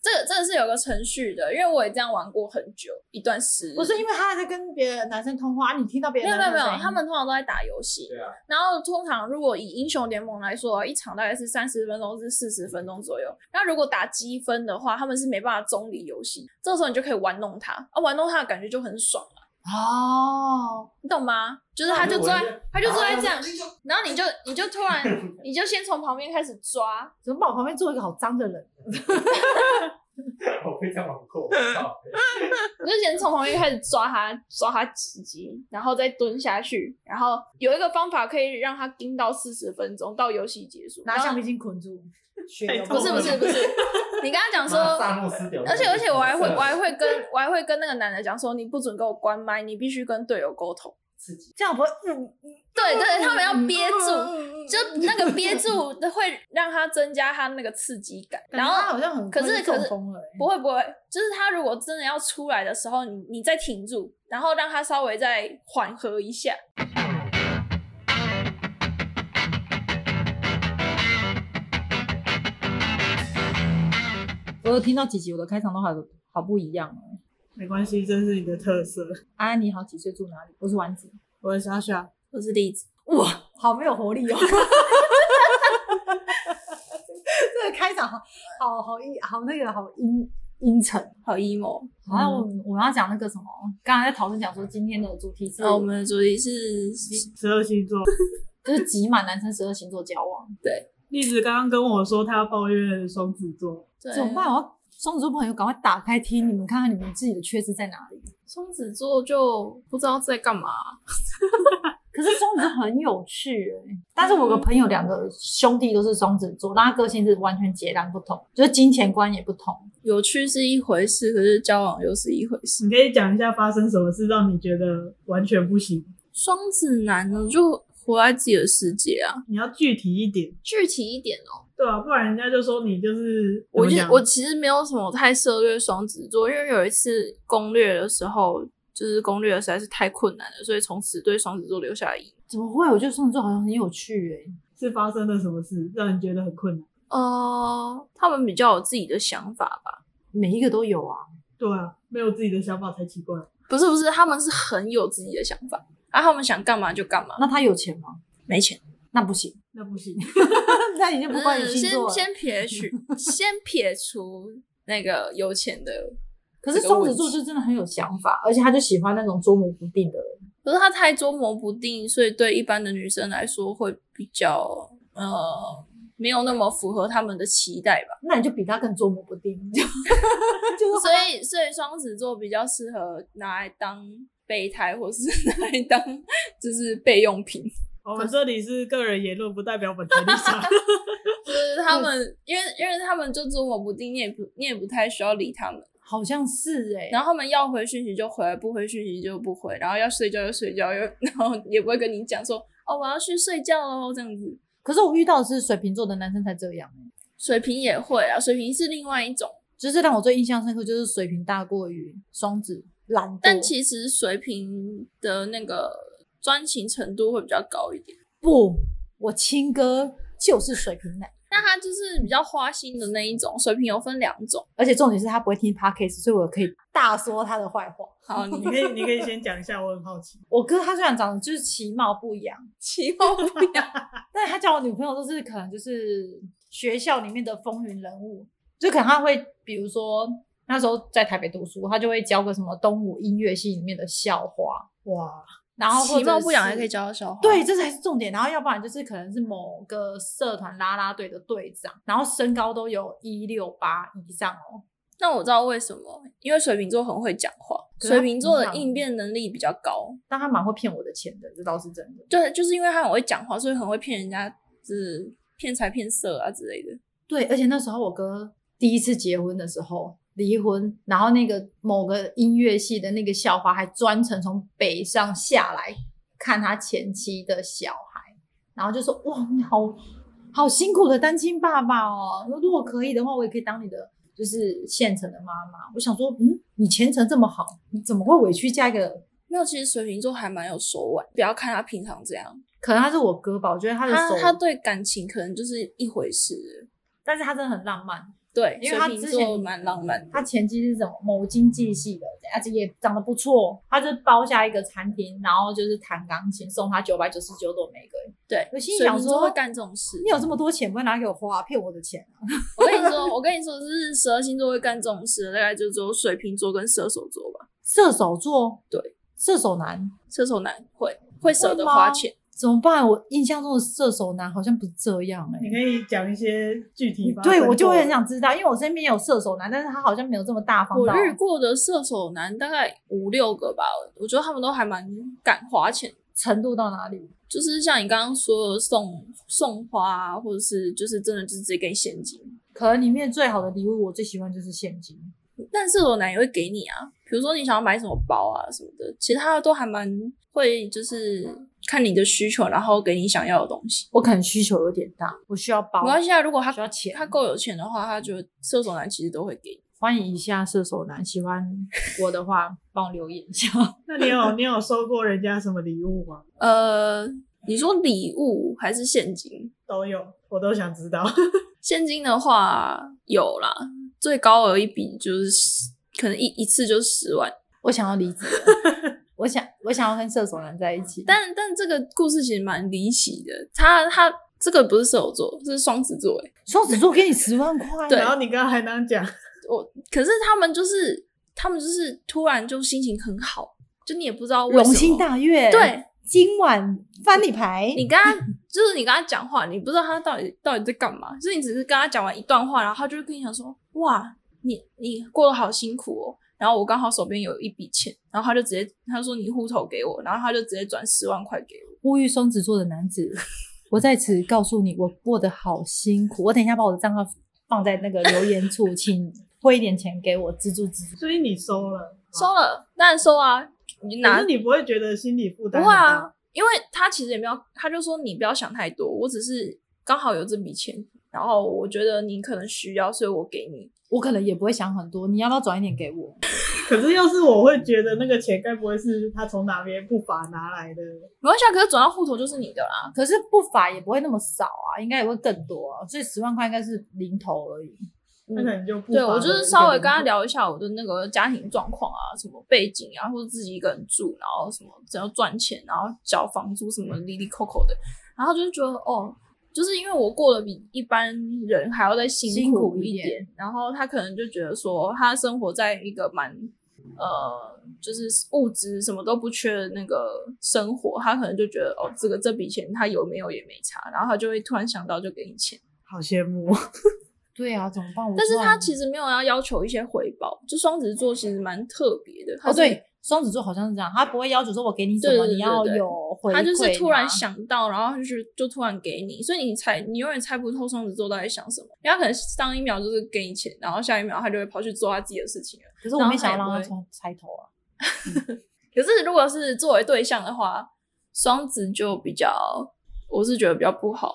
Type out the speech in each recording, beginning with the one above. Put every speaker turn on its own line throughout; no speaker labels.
真的是有个程序的，因为我也这样玩过很久一段时。
不是因为他还在跟别的男生通话，啊你听到别
没
的
有没有
男生
没有
的声，音
他们通常都在打游戏。
对啊，
然后通常如果以英雄联盟来说，一场大概是三十分钟至四十分钟左右。那如果打积分的话，他们是没办法中离游戏，这时候你就可以玩弄他，啊，玩弄他的感觉就很爽了，
哦，
你懂吗？就是他就坐在，他就坐在这样，
啊
然后你就你就突然你就先从旁边开始抓，
怎么把我旁边坐一个好脏的人？
我非常网 购，靠
你就先从旁边开始抓他抓他几级，然后再蹲下去，然后有一个方法可以让他盯到四十分钟到游戏结束，
拿
然后
橡皮筋捆住，血流
不是不是不是，你跟他 讲说
萨诺斯屌，
而且而且我还会我还会跟我还会跟那个男的讲说，你不准给我关麦，你必须跟队友沟通。
刺激，
这样不会，嗯，
对对，他们要憋住，
住
就那
嗯
个憋住的会让他增加他那个刺激感，然
他
后。
好像很
可是
快就
可是
中风了欸，
不会不会，就是他如果真的要出来的时候，你你再停住，然后让他稍微再缓和一下。
我有听到几集，我的开场都好好不一样哦。
没关系，这是你的特色。
安安你好，几岁住哪里？我是丸子，
我是莎莎，
我是例子，
哇，好没有活力 哦。这个开场好好好阴好那个好阴阴沉，
好 emo。
好像我们我们要讲那个什么，刚才在讨论讲说今天的主题是，
那我们的主题是
十二星座。
就是挤满男生十二星座交往，
栗子刚刚跟我说她要抱怨双子座，
对
怎么办？我要双子座朋友赶快打开听，你们看看你们自己的缺失在哪里。
双子座就不知道在干嘛。
可是双子很有趣哎、但是我有个朋友两个兄弟都是双子座，但他个性是完全截然不同，就是金钱观也不同。
有趣是一回事，可是交往又是一回事。
你可以讲一下发生什么事让你觉得完全不行？
双子男呢，就活在自己的世界啊。
你要具体一点，
具体一点哦，
对啊，不然人家就说你就是
我
怎
就
么讲
我其实没有什么太涉略双子座，因为有一次攻略的时候，就是攻略的实在是太困难了，所以从此对双子座留下了阴影。
怎么会？我觉得双子座好像很有趣哎、
是发生了什么事让你觉得很困难。
呃，他们比较有自己的想法吧？
每一个都有啊。
对啊，没有自己的想法才奇怪。
不是不是，他们是很有自己的想法，啊，他们想干嘛就干嘛，
那他有钱吗？
没钱。
那不行，
那不行，
那已经不关你
嗯
星座
先先
了。
撇去， 先撇除那个有钱的，
可是双子座就真的很有想法，而且他就喜欢那种捉摸不定的人。
可是他太捉摸不定，所以对一般的女生来说会比较呃没有那么符合他们的期待吧。
那你就比他更捉摸不定， 就就是
所以，所以双子座比较适合拿来当备胎，或是拿来当就是备用 品。
嗯
我们这里是个人言论，不代表本台立场。
就是他们，因为因为他们就捉摸不定，你也不你也不太需要理他们。
好像是哎、
然后他们要回讯息就回，不回讯息就不回，然后要睡觉就睡觉，又 然后也不会跟你讲说哦我要去睡觉喽这样子。
可是我遇到的是水瓶座的男生才这样、欸，
水瓶也会啊，水瓶是另外一种。
就是让我最印象深刻就是水瓶大过于双子懒惰。
但其实水瓶的那个专情程度会比较高一点。
不，我亲哥就是水瓶男，
那他就是比较花心的那一种，水瓶有分两种。
而且重点是他不会听 podcast，所以我可以大说他的坏话。
好，你
你 可以，你可以先讲一下，我很好奇。
我哥他虽然长得就是其貌不扬，
其貌不扬，
但他交我女朋友都是可能就是学校里面的风云人物，就可能他会比如说那时候在台北读书，他就会教个什么东吴音乐系里面的校花，
哇，
然后
其貌不扬还可以
教。
交到小花。
对，这才是重点。然后要不然就是可能是某个社团啦啦队的队长，然后身高都有一六八以上哦。
那我知道为什么，因为水瓶座很会讲话，
可是他
水瓶座的应变能力比较高。
但他蛮会骗我的钱的，这倒是真的。
对，就是因为他很会讲话，所以很会骗人家，就是骗财骗色啊之类的。
对，而且那时候我哥第一次结婚的时候离婚，然后那个某个音乐系的那个校花还专程从北上下来看他前妻的小孩，然后就说：“哇，你好好辛苦的单亲爸爸哦，如果可以的话，我也可以当你的。”就是现成的妈妈，我想说，嗯，你前程这么好，你怎么会委屈嫁一个？
没有，其实水瓶座还蛮有手腕，不要看他平常这样，
可能他是我哥吧，我觉得他的手，
他他对感情可能就是一回事。
但是他真的很浪漫，
对，
因为他
水瓶
之
座
前
蛮浪漫的，
他前期是什么某经济系的，而且也长得不错。他就是包下一个餐厅，然后就是弹钢琴，送他九百九十九朵玫瑰。
对，
我心里
水
想
瓶座
说
会干这种事。
你有这么多钱，不会拿给我花、骗我的钱啊？
我跟你说，我跟你说，就是十二星座会干这种事的，大概就只有水瓶座跟射手座吧。
射手座，
对，
射手男
射手男会会舍得
会吗
花钱，
怎么办？我印象中的射手男好像不是这样哎、
你可以讲一些具体发生
对，
过
我就会
的
很想知道，因为我身边有射手男，但是他好像没有这么大方
我
到。
遇过的射手男大概五六个吧，我觉得他们都还蛮敢花钱，
程度到哪里？
就是像你刚刚说的送送花、啊，或者是就是真的就是直接给你现金。
可能里面最好的礼物，我最喜欢就是现金。
但射手男也会给你啊，比如说你想要买什么包啊什么的，其实他都还蛮会就是看你的需求，然后给你想要的东西。
我可能需求有点大，我需要包
没。关系啊，如果他
需要钱
他够有钱的话，他就射手男其实都会给你。
欢迎一下射手男，喜欢我的话帮我留言一下。
那你有你有收过人家什么礼物吗？
呃，你说礼物还是现金？
都有，我都想知道。
现金的话有啦，最高额一笔就是十可能一一次就十万，
我想要离职了， 我想我想要跟射手男在一起，
但但这个故事其实蛮离奇的。他他这个不是射手座，这是双子座欸诶。
双子座给你十万块，
对
然后你刚刚还 能讲，
我可是他们就是他们就是突然就心情很好，就你也不知道为什么
龙心。大悦，
对，
今晚翻你牌，
你跟他就是你跟他讲话，你不知道他到底到底在干嘛，就是你只是跟他讲完一段话，然后他就会跟你讲说：“哇，你你过得好辛苦哦。”然后我刚好手边有一笔钱，然后他就直接他说：“你户头给我。”然后他就直接转十万块给我。
呼吁双子座的男 子，我在此告诉你，我过得好辛苦。我等一下把我的账号放在那个留言 处，请汇一点钱给我资助资助。
所以你收了，
收了，当然收啊，你
可
拿
是你不会觉得心理负担
不
很
会
大？
啊，因为他其实也没有，他就说你不要想太多，我只是刚好有这笔钱，然后我觉得你可能需要，所以我给你。
我可能也不会想很多，你要不要转一点给我？
可是要是我会觉得那个钱该不会是他从哪边不法拿来的？
没关系啊，可是转到户头就是你的啊啦。
可是不法也不会那么少啊，应该也会更多啊，所以十万块应该是零头而已。
那可能就
嗯
不法
对，
的
我就是稍微跟他
一个
聊一下我的那个家庭状况啊，什么背景啊，或者自己一个人住，然后什么只要赚钱，然后缴房租什么哩哩扣扣的，然后就是觉得哦，就是因为我过得比一般人还要再辛
辛苦
苦
一
点，
点
然后他可能就觉得说他生活在一个蛮呃，就是物质什么都不缺的那个生活，他可能就觉得哦，这个这笔钱他有没有也没差，然后他就会突然想到就给你钱。
好羡慕，
对啊，怎么办？我
但是
突然
他其实没有要要求一些回报，就双子座其实蛮特别的。他
哦
是，
对，双子座好像是这样，他不会要求说我给你什
对
么，
对
你
对
要
对
有回馈吗。
他就是突然想到，然后就是就突然给你，所以你猜你永远猜不透双子座到底想什么。人家可能上一秒就是给你钱，然后下一秒他就会跑去做他自己的事情了。
可是
然
我
后
没想
他
要
也
让他
不
从猜头啊。
可是如果是作为对象的话，双子就比较，我是觉得比较不好，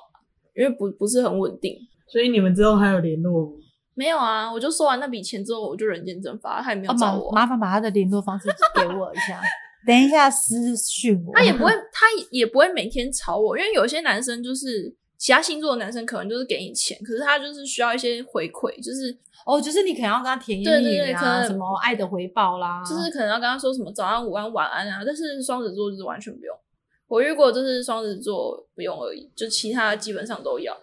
因为不不是很稳定。
所以你们之后还有联络哦吗？
没有啊，我就收完那笔钱之后，我就人间蒸发，他也没有
啊
找
麻
我啊、
麻烦把他的联 络方式给我一下，等一下私讯我。
他也不会，他也不会每天吵我，因为有些男生就是其他星座的男生，可能就是给你钱，可是他就是需要一些回馈，就是
哦，就是你可能要跟他甜言
对对
蜜语
对可
啊，
能
什么爱的回报啦，
就是可能要跟他说什么早安、午安、晚安啊。但是双子座就是完全不用，我遇过就是双子座不用而已，就其他基本上都要。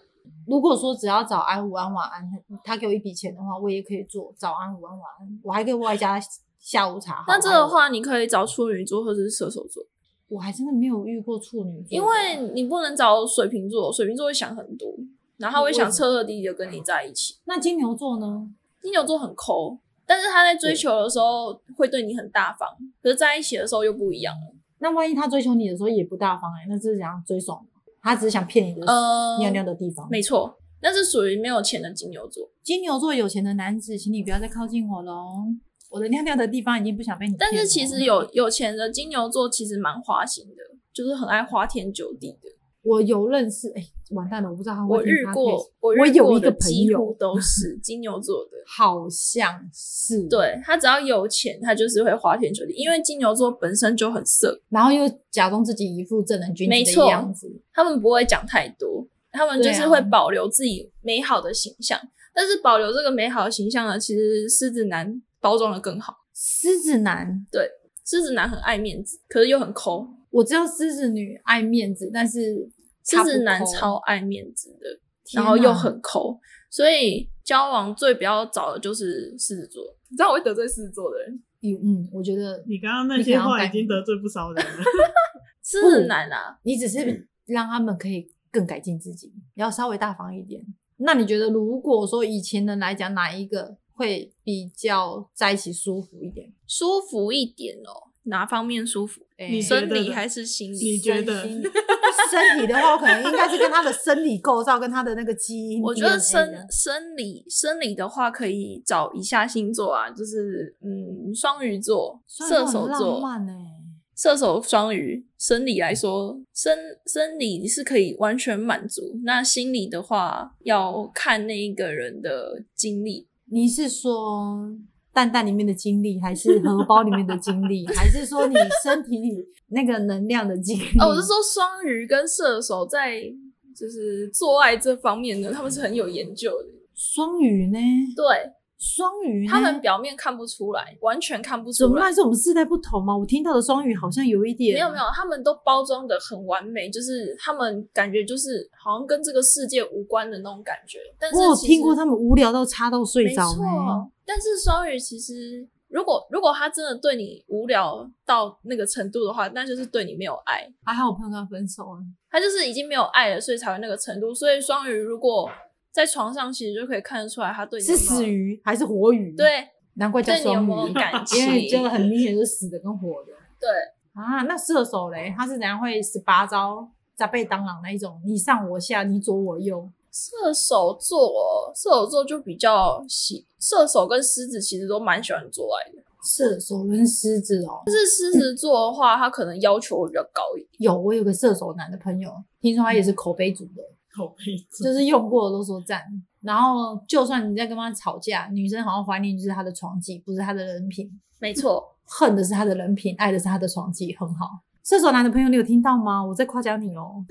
如果说只要早安、午安、晚安，他给我一笔钱的话，我也可以做早安、午安、晚安，我还可以外加下午茶。
那
好
这个
安
的话，你可以找处女座或者是射手座，
我，我还真的没有遇过处女座的，
因为你不能找水瓶座，水瓶座会想很多，然后他会想彻彻底底的跟你在一起。
那金牛座呢？
金牛座很抠，但是他在追求的时候会对你很大方，可是在一起的时候又不一样了。
那万一他追求你的时候也不大方哎、那这是怎样追爽？他只是想骗你的
呃，
尿尿的地方。
没错，那是属于没有钱的金牛座。
金牛座有钱的男子，请你不要再靠近我喽，我的尿尿的地方已经不想被你
但
骗
是
了
其实有有钱的金牛座其实蛮花心的，就是很爱花天酒地的。
我有认识，哎、完蛋了，我不知道他会
我
听
遇
podcast
过，我
我
遇
有
过
一个
的
朋
几乎
友，
都 是金牛座的。
好像是，
对他只要有钱，他就是会花天酒地，因为金牛座本身就很色，
然后又假装自己一副正人君
没
子
错
的样子，
他们不会讲太多，他们就
对
是
啊
会保留自己美好的形象。但是保留这个美好的形象呢，其实狮子男包装的更好。
狮子男，
狮子男很爱面子，可是又很抠。
我知道狮子女爱面子，但是
狮子
他
男
不抠
超爱面子的，
天
然
哪
后又很抠，所以交往最不要找的就是狮子座。你知道我会得罪狮子座的人，
嗯，我觉得
你刚刚那些话已经得罪不少 人了。
狮子男啊，
你只是让他们可以更改进自己，你要稍微大方一点。那你觉得，如果说以前人来讲，哪一个会比较在一起舒服一点？
舒服一点哦。哪方面舒服？
你觉得
生
呢
理还是心
你
理？
觉得
身心身体的话，我可能应该是跟他的生理构造跟他的那个基因。
我觉得
DNA
生
的
生理生理的话，可以找以下星座啊，就是嗯，双鱼座、射手
算是很浪
座、
漫欸呢、
射手、双鱼。生理来说，生生理是可以完全满足，那心理的话要看那一个人的经历。
你是说蛋蛋里面的精力，还是荷包里面的精力，还是说你身体里那个能量的精力？
哦，我是说双鱼跟射手在就是做爱这方面呢，他们是很有研究的。
双鱼呢？
对
双鱼呢
他们表面看不出来，完全看不
嗯怎
出
么
来。
办？是我们世代不同吗？我听到的双语好像有一点
没有没有，他们都包装的很完美，就是他们感觉就是好像跟这个世界无关的那种感觉。但是
我有
其实
听过他们无聊到插到睡着
没
呢。
错，但是双鱼其实，如果如果他真的对你无聊到那个程度的话，那就是对你没有爱。
还好我朋友跟他分手啊了，
他就是已经没有爱了，所以才会那个程度。所以双鱼如果在床上，其实就可以看得出来他对你有
是
没有
死鱼还是活鱼？，
对
难怪叫
对你有
双
没有
鱼，
感
因为
情？
真的很明显就是死的跟活的
对，
啊。那射手嘞，他是怎样会十八招砸背当啷那一种？你上我下，你左我右。
射手座哦，射手座就比较喜，射手跟狮子其实都蛮喜欢做爱的。
射手跟狮子哦，
但是狮子座的话，他可能要求会比较高一点。
有我有个射手男的朋友，听说他也是口碑组的，
口碑组
就是用过的都说赞。然后就算你在跟他吵架，女生好像怀念就是他的床技，不是他的人品，
没 错，
恨的是他的人品，爱的是他的床技，很好。射手男的朋友，你有听到吗？我在夸奖你哦。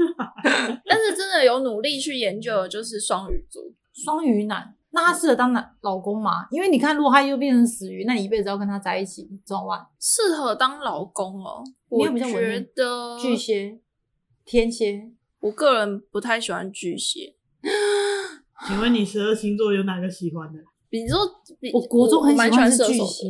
但是真的有努力去研究的就是双鱼座，
双鱼男，那他适合当男老公吗？因为你看，如果他又变成死鱼，那你一辈子要跟他在一起，怎么办？
适合当老公哦。
你
我
有比较稳
觉
定
得
巨蟹、天蝎，
我个人不太喜欢巨蟹。
请问你十二星座有哪个喜欢的？
比如说，比
我国中很
我蛮
喜
喜
欢
欢
是
射
巨
手的，
蟹，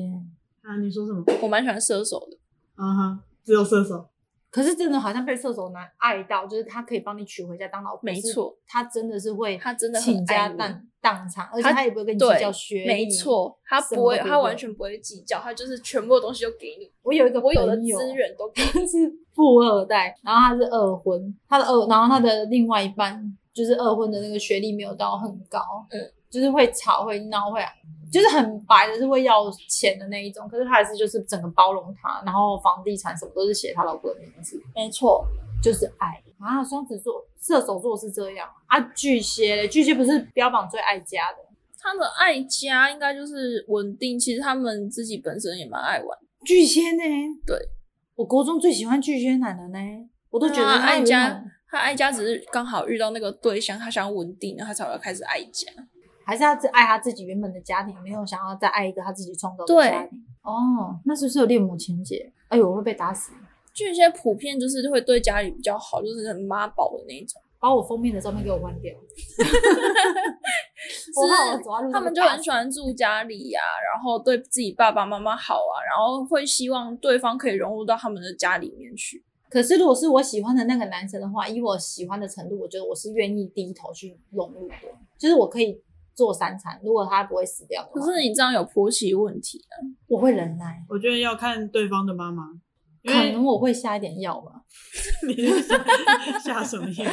啊，你说什么？
我蛮喜欢射手的。
啊哈，只有射手。
可是真的好像被射手男爱到，就是他可以帮你娶回家当老婆，
没错，
他真的是会，
他真的很
倾家
爱你
荡荡产，而且
他
他也不会跟你计
对
较学历，
没错，他
什
不
么
会，
都不
他完
会
全不会计较，他就是全部的东西都给你，
我有一个
我有的
朋友
资源都给你。
是富二代，然后他是二婚，他的二，然后他的另外一半就是二婚的那个学历没有到很高，
嗯，
就是会吵会闹会，啊就是很白的是会要钱的那一种，可是他还是就是整个包容他，然后房地产什么都是写他老婆的名字，
没错，
就是爱啊。双子座、射手座是这样啊，巨蟹嘞，巨蟹不是标榜最爱家的，
他的爱家应该就是稳定，其实他们自己本身也蛮爱玩，
巨蟹呢？
对，
我国中最喜欢巨蟹男的呢，我都觉得
啊
他有
爱
一
家
种。
他爱家只是刚好遇到那个对象，他想稳定，然后他才会开始爱家。
还是他只爱他自己原本的家庭，没有想要再爱一个他自己创造的
对
家庭。哦，那是不是有恋母情节？哎呦，我会被打死！
巨蟹普遍就是会对家里比较好，就是很妈宝的那一种。
把我封面的照片给我换掉。我怕我走在路上被打死
他们就很喜欢住家里呀、然后对自己爸爸妈妈好啊，然后会希望对方可以融入到他们的家里面去。
可是如果是我喜欢的那个男生的话，以我喜欢的程度，我觉得我是愿意低头去融入的，就是我可以做三餐，如果他不会死掉的
可
话，
是你这样有婆媳问题啊？
我会忍耐，
我觉得要看对方的妈妈，因
可
为
能我会下一点药吧，
你是下 下什么药？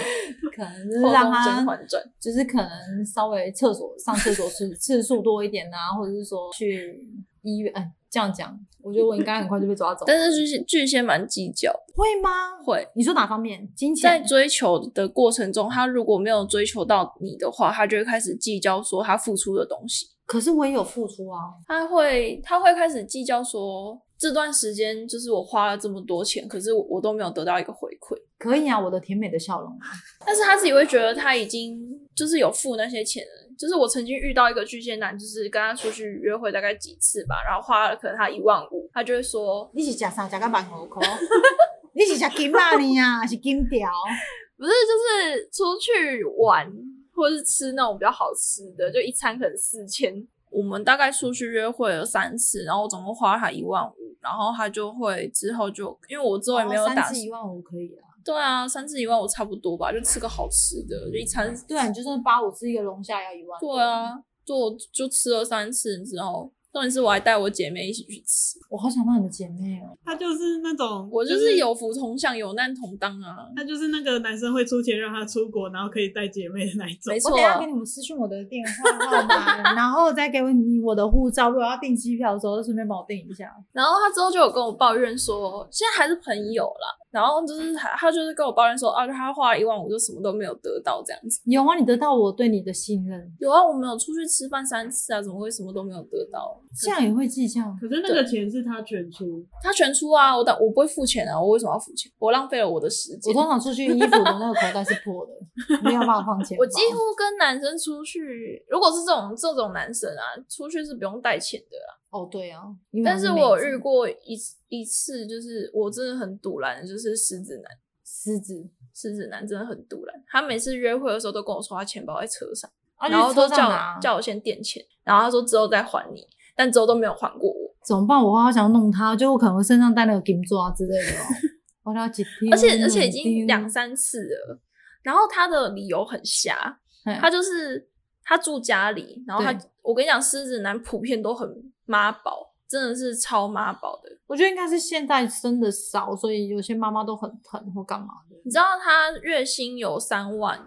可能就是
后
让
宫
他
甄嬛传。
就是可能稍微厕所上厕所次次数多一点啊，或者是说去医院。哎，这样讲，我觉得我应该很快就被抓 走。
但是巨蟹巨蟹蛮计较的，
会吗？
会
你说哪方面？金
在
钱？
追求的过程中，他如果没有追求到你的话，他就会开始计较说他付出的东西，
可是我也有付出啊。
他会他会开始计较说这段时间就是我花了这么多钱，可是我我都没有得到一个回馈，
可以啊，我的甜美的笑容啊。
但是他自己会觉得他已经就是有付那些钱了，就是我曾经遇到一个巨蟹男，就是跟他出去约会大概几次吧，然后花了可能他一万五，他就会说
你是食啥？食到万五块？ 你是食金啊你啊，还是金条？
不是，就是出去玩或是吃那种比较好吃的，就一餐可能四千。我们大概出去约会了三次，然后我总共花了他一万五，然后他就会之后就因为 我之后也没有
哦
打
三
算
次一万五可以啊。
对啊，三至一万我差不多吧，就吃个好吃的，就一餐。
对啊，你就算八五吃一个龙虾也要一万。
对，啊，就我就吃了三次之后，重点是我还带我姐妹一起去吃，
我好想当你的姐妹哦。
他就是那种，
我就是，有福同享，有难同当啊。
他就是那个男生会出钱让他出国，然后可以带姐妹的那一种
没。错啊
我等一下给你们私讯我的电话号 码，然后再给你我的护照。如果要订机票的时候，顺便帮我订一下。
然后他之后就有跟我抱怨说，现在还是朋友啦。然后就是他他就是跟我抱怨说，啊，他花了一万五就什么都没有得到这样子。
有啊，你得到我对你的信任，
有啊，我们有出去吃饭三次啊，怎么会什么都没有得到？
这样也会计较。
可是那个钱是他全出，
他全出啊，我打我不会付钱啊，我为什么要付钱？我浪费了我的时
我
间。
通常出去，衣服的那个口袋是破的，没有办法放钱包。
我几乎跟男生出去，如果是这种这种男生啊，出去是不用带钱的啦。
哦，对啊，因为
但是
我
我有
妹
遇
子
过一次一次，就是我真的很堵拦，就是狮子男，
狮子，
狮子男真的很堵拦。他每次约会的时候都跟我说他钱包在车上，
啊
然后
就
都
是车上
叫
拿
我叫我先垫钱，然后他说之后再还你，但之后都没有还过我。
怎么办？我好想弄他，就我可能身上带那个金抓之类的、哦，我要几丢
而且而且已经
丢
两三次了。然后他的理由很瞎，
嘿
他就是他住家里，然后他
对
我跟你讲，狮子男普遍都很妈宝，真的是超妈宝的。
我觉得应该是现在生的少，所以有些妈妈都很疼或干嘛的。
你知道他月薪有三万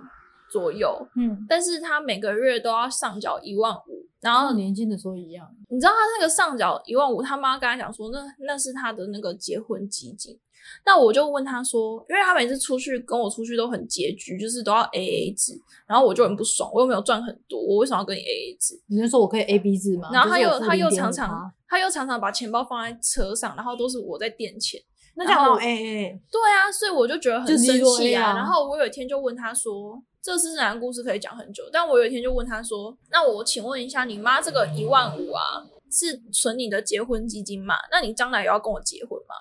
左右，
嗯，
但是他每个月都要上缴一万五，然
然后
后
年轻的时候一样，
你知道他那个上缴一万五，他妈跟他讲说，那那是他的那个结婚基金。那我就问他说，因为他每次出去跟我出去都很拮据，就是都要 A A 制，然后我就很不爽，我又没有赚很多，我为什么要跟你 A A 制？
你就说我可以 A B 制吗？
然后他又
哦就是我付
他又
0.5%
常常他又常常把钱包放在车上，然后都是我在垫钱。
那这样
然
我
后
A A，
对啊，所以我就觉得
就
很
是
生
利落
气
A 啊
然后我有一天就问他说：“这是自然故事可以讲很久。”但我有一天就问他说：“那我请问一下，你妈这个一万五啊，是存你的结婚基金嘛？那你将来有要跟我结婚吗？”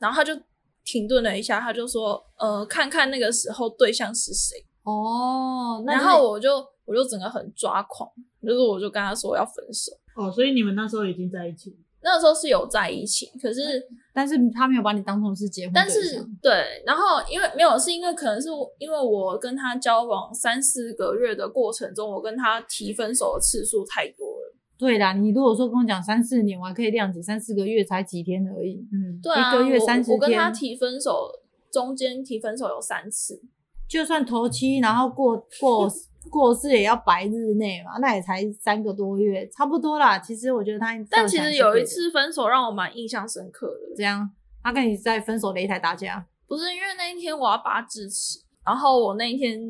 然后他就停顿了一下，他就说：“呃，看看那个时候对象是谁。
哦，”那
然
就是
后我就我就整个很抓狂，就是我就跟他说要分手。
哦，所以你们那时候已经在一起。
那个时候是有在一起，可是
但是他没有把你当成是结婚对
但
象，
是对，然后因为没有，是因为可能是我因为我跟他交往三四个月的过程中，我跟他提分手的次数太多了。
对啦，你如果说跟我讲三四年，我还可以谅解，三四个月才几天而已，
嗯，
对啊，
一个月
我
30
我跟他
天
提分手，中间提分手有三次，
就算头七，然后过过过世也要百日内嘛，那也才三个多月，差不多啦。其实我觉得他，
但其实有一次分手让我蛮印象深刻的，
这样，他跟你在分手擂台打架，
不是因为那一天我要拔智齿，然后我那一天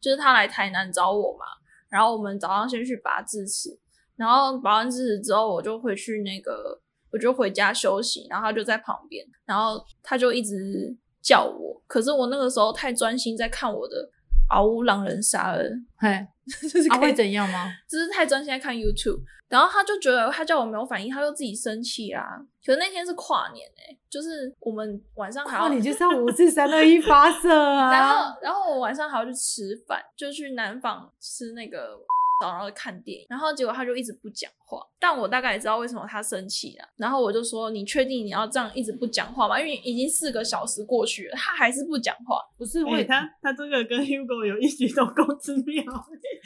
就是他来台南找我嘛，然后我们早上先去拔智齿，然后拔完智齿之后，我就回去那个，我就回家休息，然后他就在旁边，然后他就一直叫我，可是我那个时候太专心在看我的《嗷呜狼人杀》了，
嘿，
就是
他、
可以
啊会怎样 吗？
就是太专心在看 YouTube，然后他就觉得他叫我没有反应，他就自己生气啦。可是那天是跨年哎、就是我们晚上还要
那哦你就是要五次三二一发射啊！
然后，然后我晚上还要去吃饭，就去南纺吃那个，然后看电影。然后结果他就一直不讲话，但我大概也知道为什么他生气了。然后我就说：“你确定你要这样一直不讲话吗？因为已经四个小时过去了，他还是不讲话。
不是
哎、
嗯
会、
他他这个跟 Hugo 有异曲同工之妙。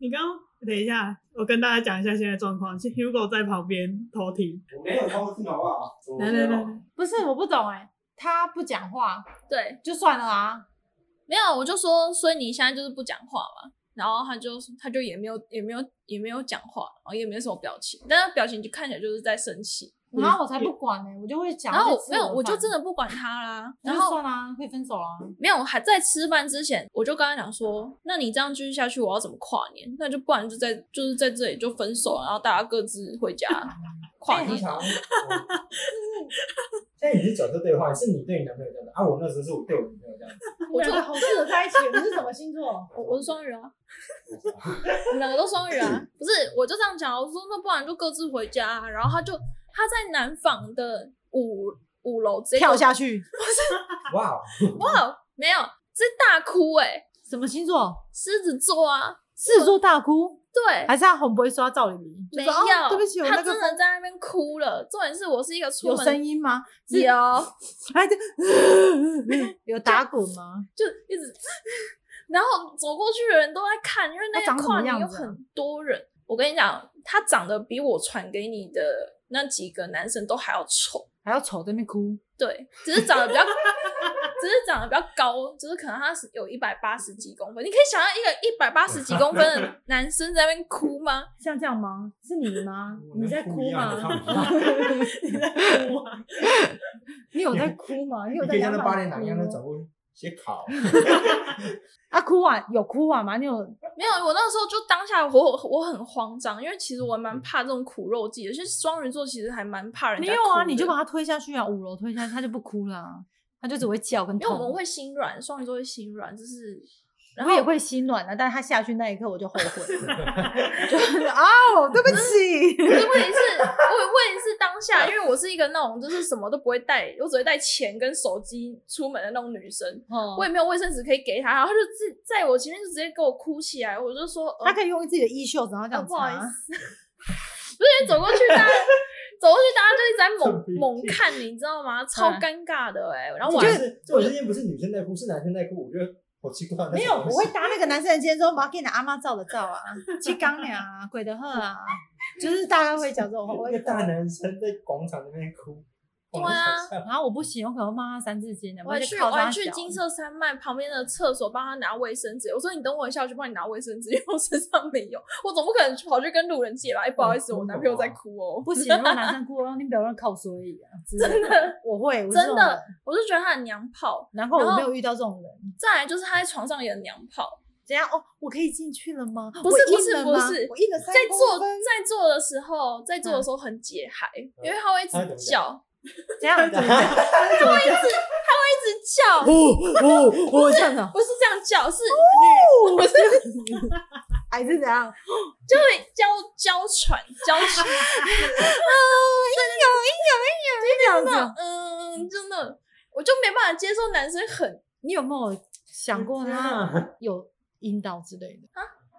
你刚等一下，我跟大家讲一下现在状况。是 Hugo 在旁边偷听，
我没有偷听好不好？我没
来
有
来
哎
来，
不是我不懂哎、他不讲话
对，
就算了啊，
没有，我就说，所以你现在就是不讲话嘛。然后他就他就也没有也没有也没有讲话，然后也没什么表情，但是表情就看起来就是在生气。
然后我才不管呢、欸我就会讲，
然后
去
我
吃
没有，
的
我就
饭
真的不管他啦。
那
然
就
后
算啦、可以分手啊啦、
没有，还在吃饭之前，我就跟他讲说，那你这样继续下去，我要怎么跨年？那就不然就在就是在这里就
哎
分手，然后大家各自回家跨
我
年。
想，我
这
现在你是角色对换，是你对你男朋友这样子，啊，我那时候是我对我女朋友这样子。
我就
觉得好适合在一起。你是什么星座？
我我是双鱼啊，我们两个都双鱼 啊。不是，我就这样讲，我说那不然就各自回家啊、然后他就他在南纺的五五楼直接
跳下去。
哇，哦
哇，没有，是大哭哎、
什么星座？
狮子座啊，
狮子座大哭，
对，
还是他很不会说他照理名？
没
就
有、
说哦对不起，我
他
那个
真的在那边哭了。重点是我是一个出
有
门
声音哦吗？ 是
有，
还是 有打滚吗？
就一直， 然后走过去的人都在看，因为那
他长
天
什
跨
么
年有
样子啊
很多人。我跟你讲，他长得比我传给你的那几个男生都还要丑。
还要丑在那边哭？
对，只是长得比较， 只是长得比较高，就是可能他是有一百八十几公分。你可以想象一个一百八十几公分 的男生在那边哭吗？
像这样吗？是你吗
我能一样的差不 多
你有在哭吗？你有啊在
你可以像那
两
八
百
点档一样，
哭
那
吗
走过去写考，
啊，哭完有哭完吗？你有
没有，我那时候就当下我我很慌张，因为其实我蛮怕这种苦肉计的。就是双鱼座其实还蛮怕人家
嗯没有啊？
哭的
你就把他推下去啊，五楼推下去，他就不哭了啊，他就只会叫跟
因为我
痛。
哦
们会心软，双鱼座会心软，就是然
我
后
也会心软的，但是他下去那一刻我就后悔 了，就是 哦，对不起。
哦
可是 问题是，我问题是当下，因为我是一个那种就是什么都不会带，我只会带钱跟手机出门的那种女生，
哦
我也没有卫生纸可以给她，然后她就自在我前面就直接给我哭起来，我就说，呃、
他可以用自己的衣袖子，然后这样
哦不好意
擦
思， 不是走过去 大家。走过去，大家就一直在
很
猛
逼啊
猛看你，你知道 吗？超尴尬的哎、然后我
就
还
是这种事情不是女生在哭，是男生在哭，我觉得好奇怪。
没有，我会
那
搭那个男生的肩说：“我要给你阿妈照的 照啊，去钢梁啊，鬼的鹤啊。”就是大概会讲这种话，
什么
我 会
意思一个大男生在广场那边哭，
对啊
广场上
然后我不行，我可能会骂他三字经的，
我还
就
去我
靠他
还去
脚
金色山脉旁边的厕所帮他拿卫生纸，我说你等我一下，我去帮你拿卫生纸，因为我身上没有，我总不可能去跑去跟路人借吧？哎、不好意思，
嗯
我男朋友在哭哦、
不行，如果男生哭，然后你表人靠所以啊，真
的，
我会，我是这
真
种
的
人，，
我就觉得他很娘炮。
难怪
然
我
后
没有遇到这种人。
再来就是他在床上也很娘炮，
怎样？哦，我可以进去了吗？
不
我
是不
硬
是
了
不
吗
是
我硬了三
在做
公分
在做的时候，在做的时候很解嗨，因为他会一
他怎
直
么
叫，
怎样
怎么
的？
一直
哦
叫，
哦哦，这样的，
不是这样叫，是女，不是
还是怎样？
就会娇娇喘娇喘。啊
有有有有，这样子。
嗯，真的，我就没办法接受男生很
你有没有想过他有阴道之类的？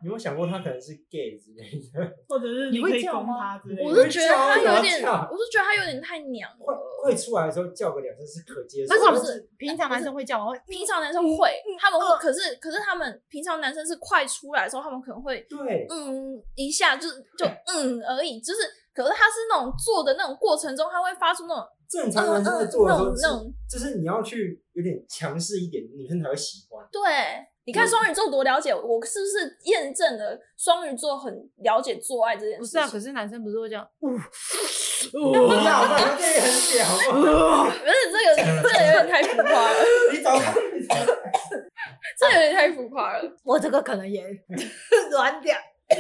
你有没有想过他可能是 gay 之类的？
或者是你
你会
可以
叫
攻
吗
他之类的。
我是觉得他有点，
我要跳
我是觉得他有点太娘了。
快快出来的时候叫个两声是可接受
为
的，
什么
不是
平常男生会叫吗？会
平常男生会，他们
嗯
会，可是可是他们平常男生是快出来的时候，他们可能会
对，
嗯一下就 就嗯而已，就是可是他是那种做的那种过程中，他会发出那种
正
嗯
常
嗯
男生在做的时
那
候
种
是
那种
就是你要去有点强势一点，女生才会喜
哦
欢。
对。你
嗯
看双鱼座多了解我，我是不是验证了双鱼座很了解做爱这件
不
事
是
情？
啊，可是男生不是会这样？ 哦
不要，我觉得这也很屌，好不好
不是这个，这个有点太浮夸了，
你找他，
这个有点太浮夸了。
我这个可能也 软点，
哎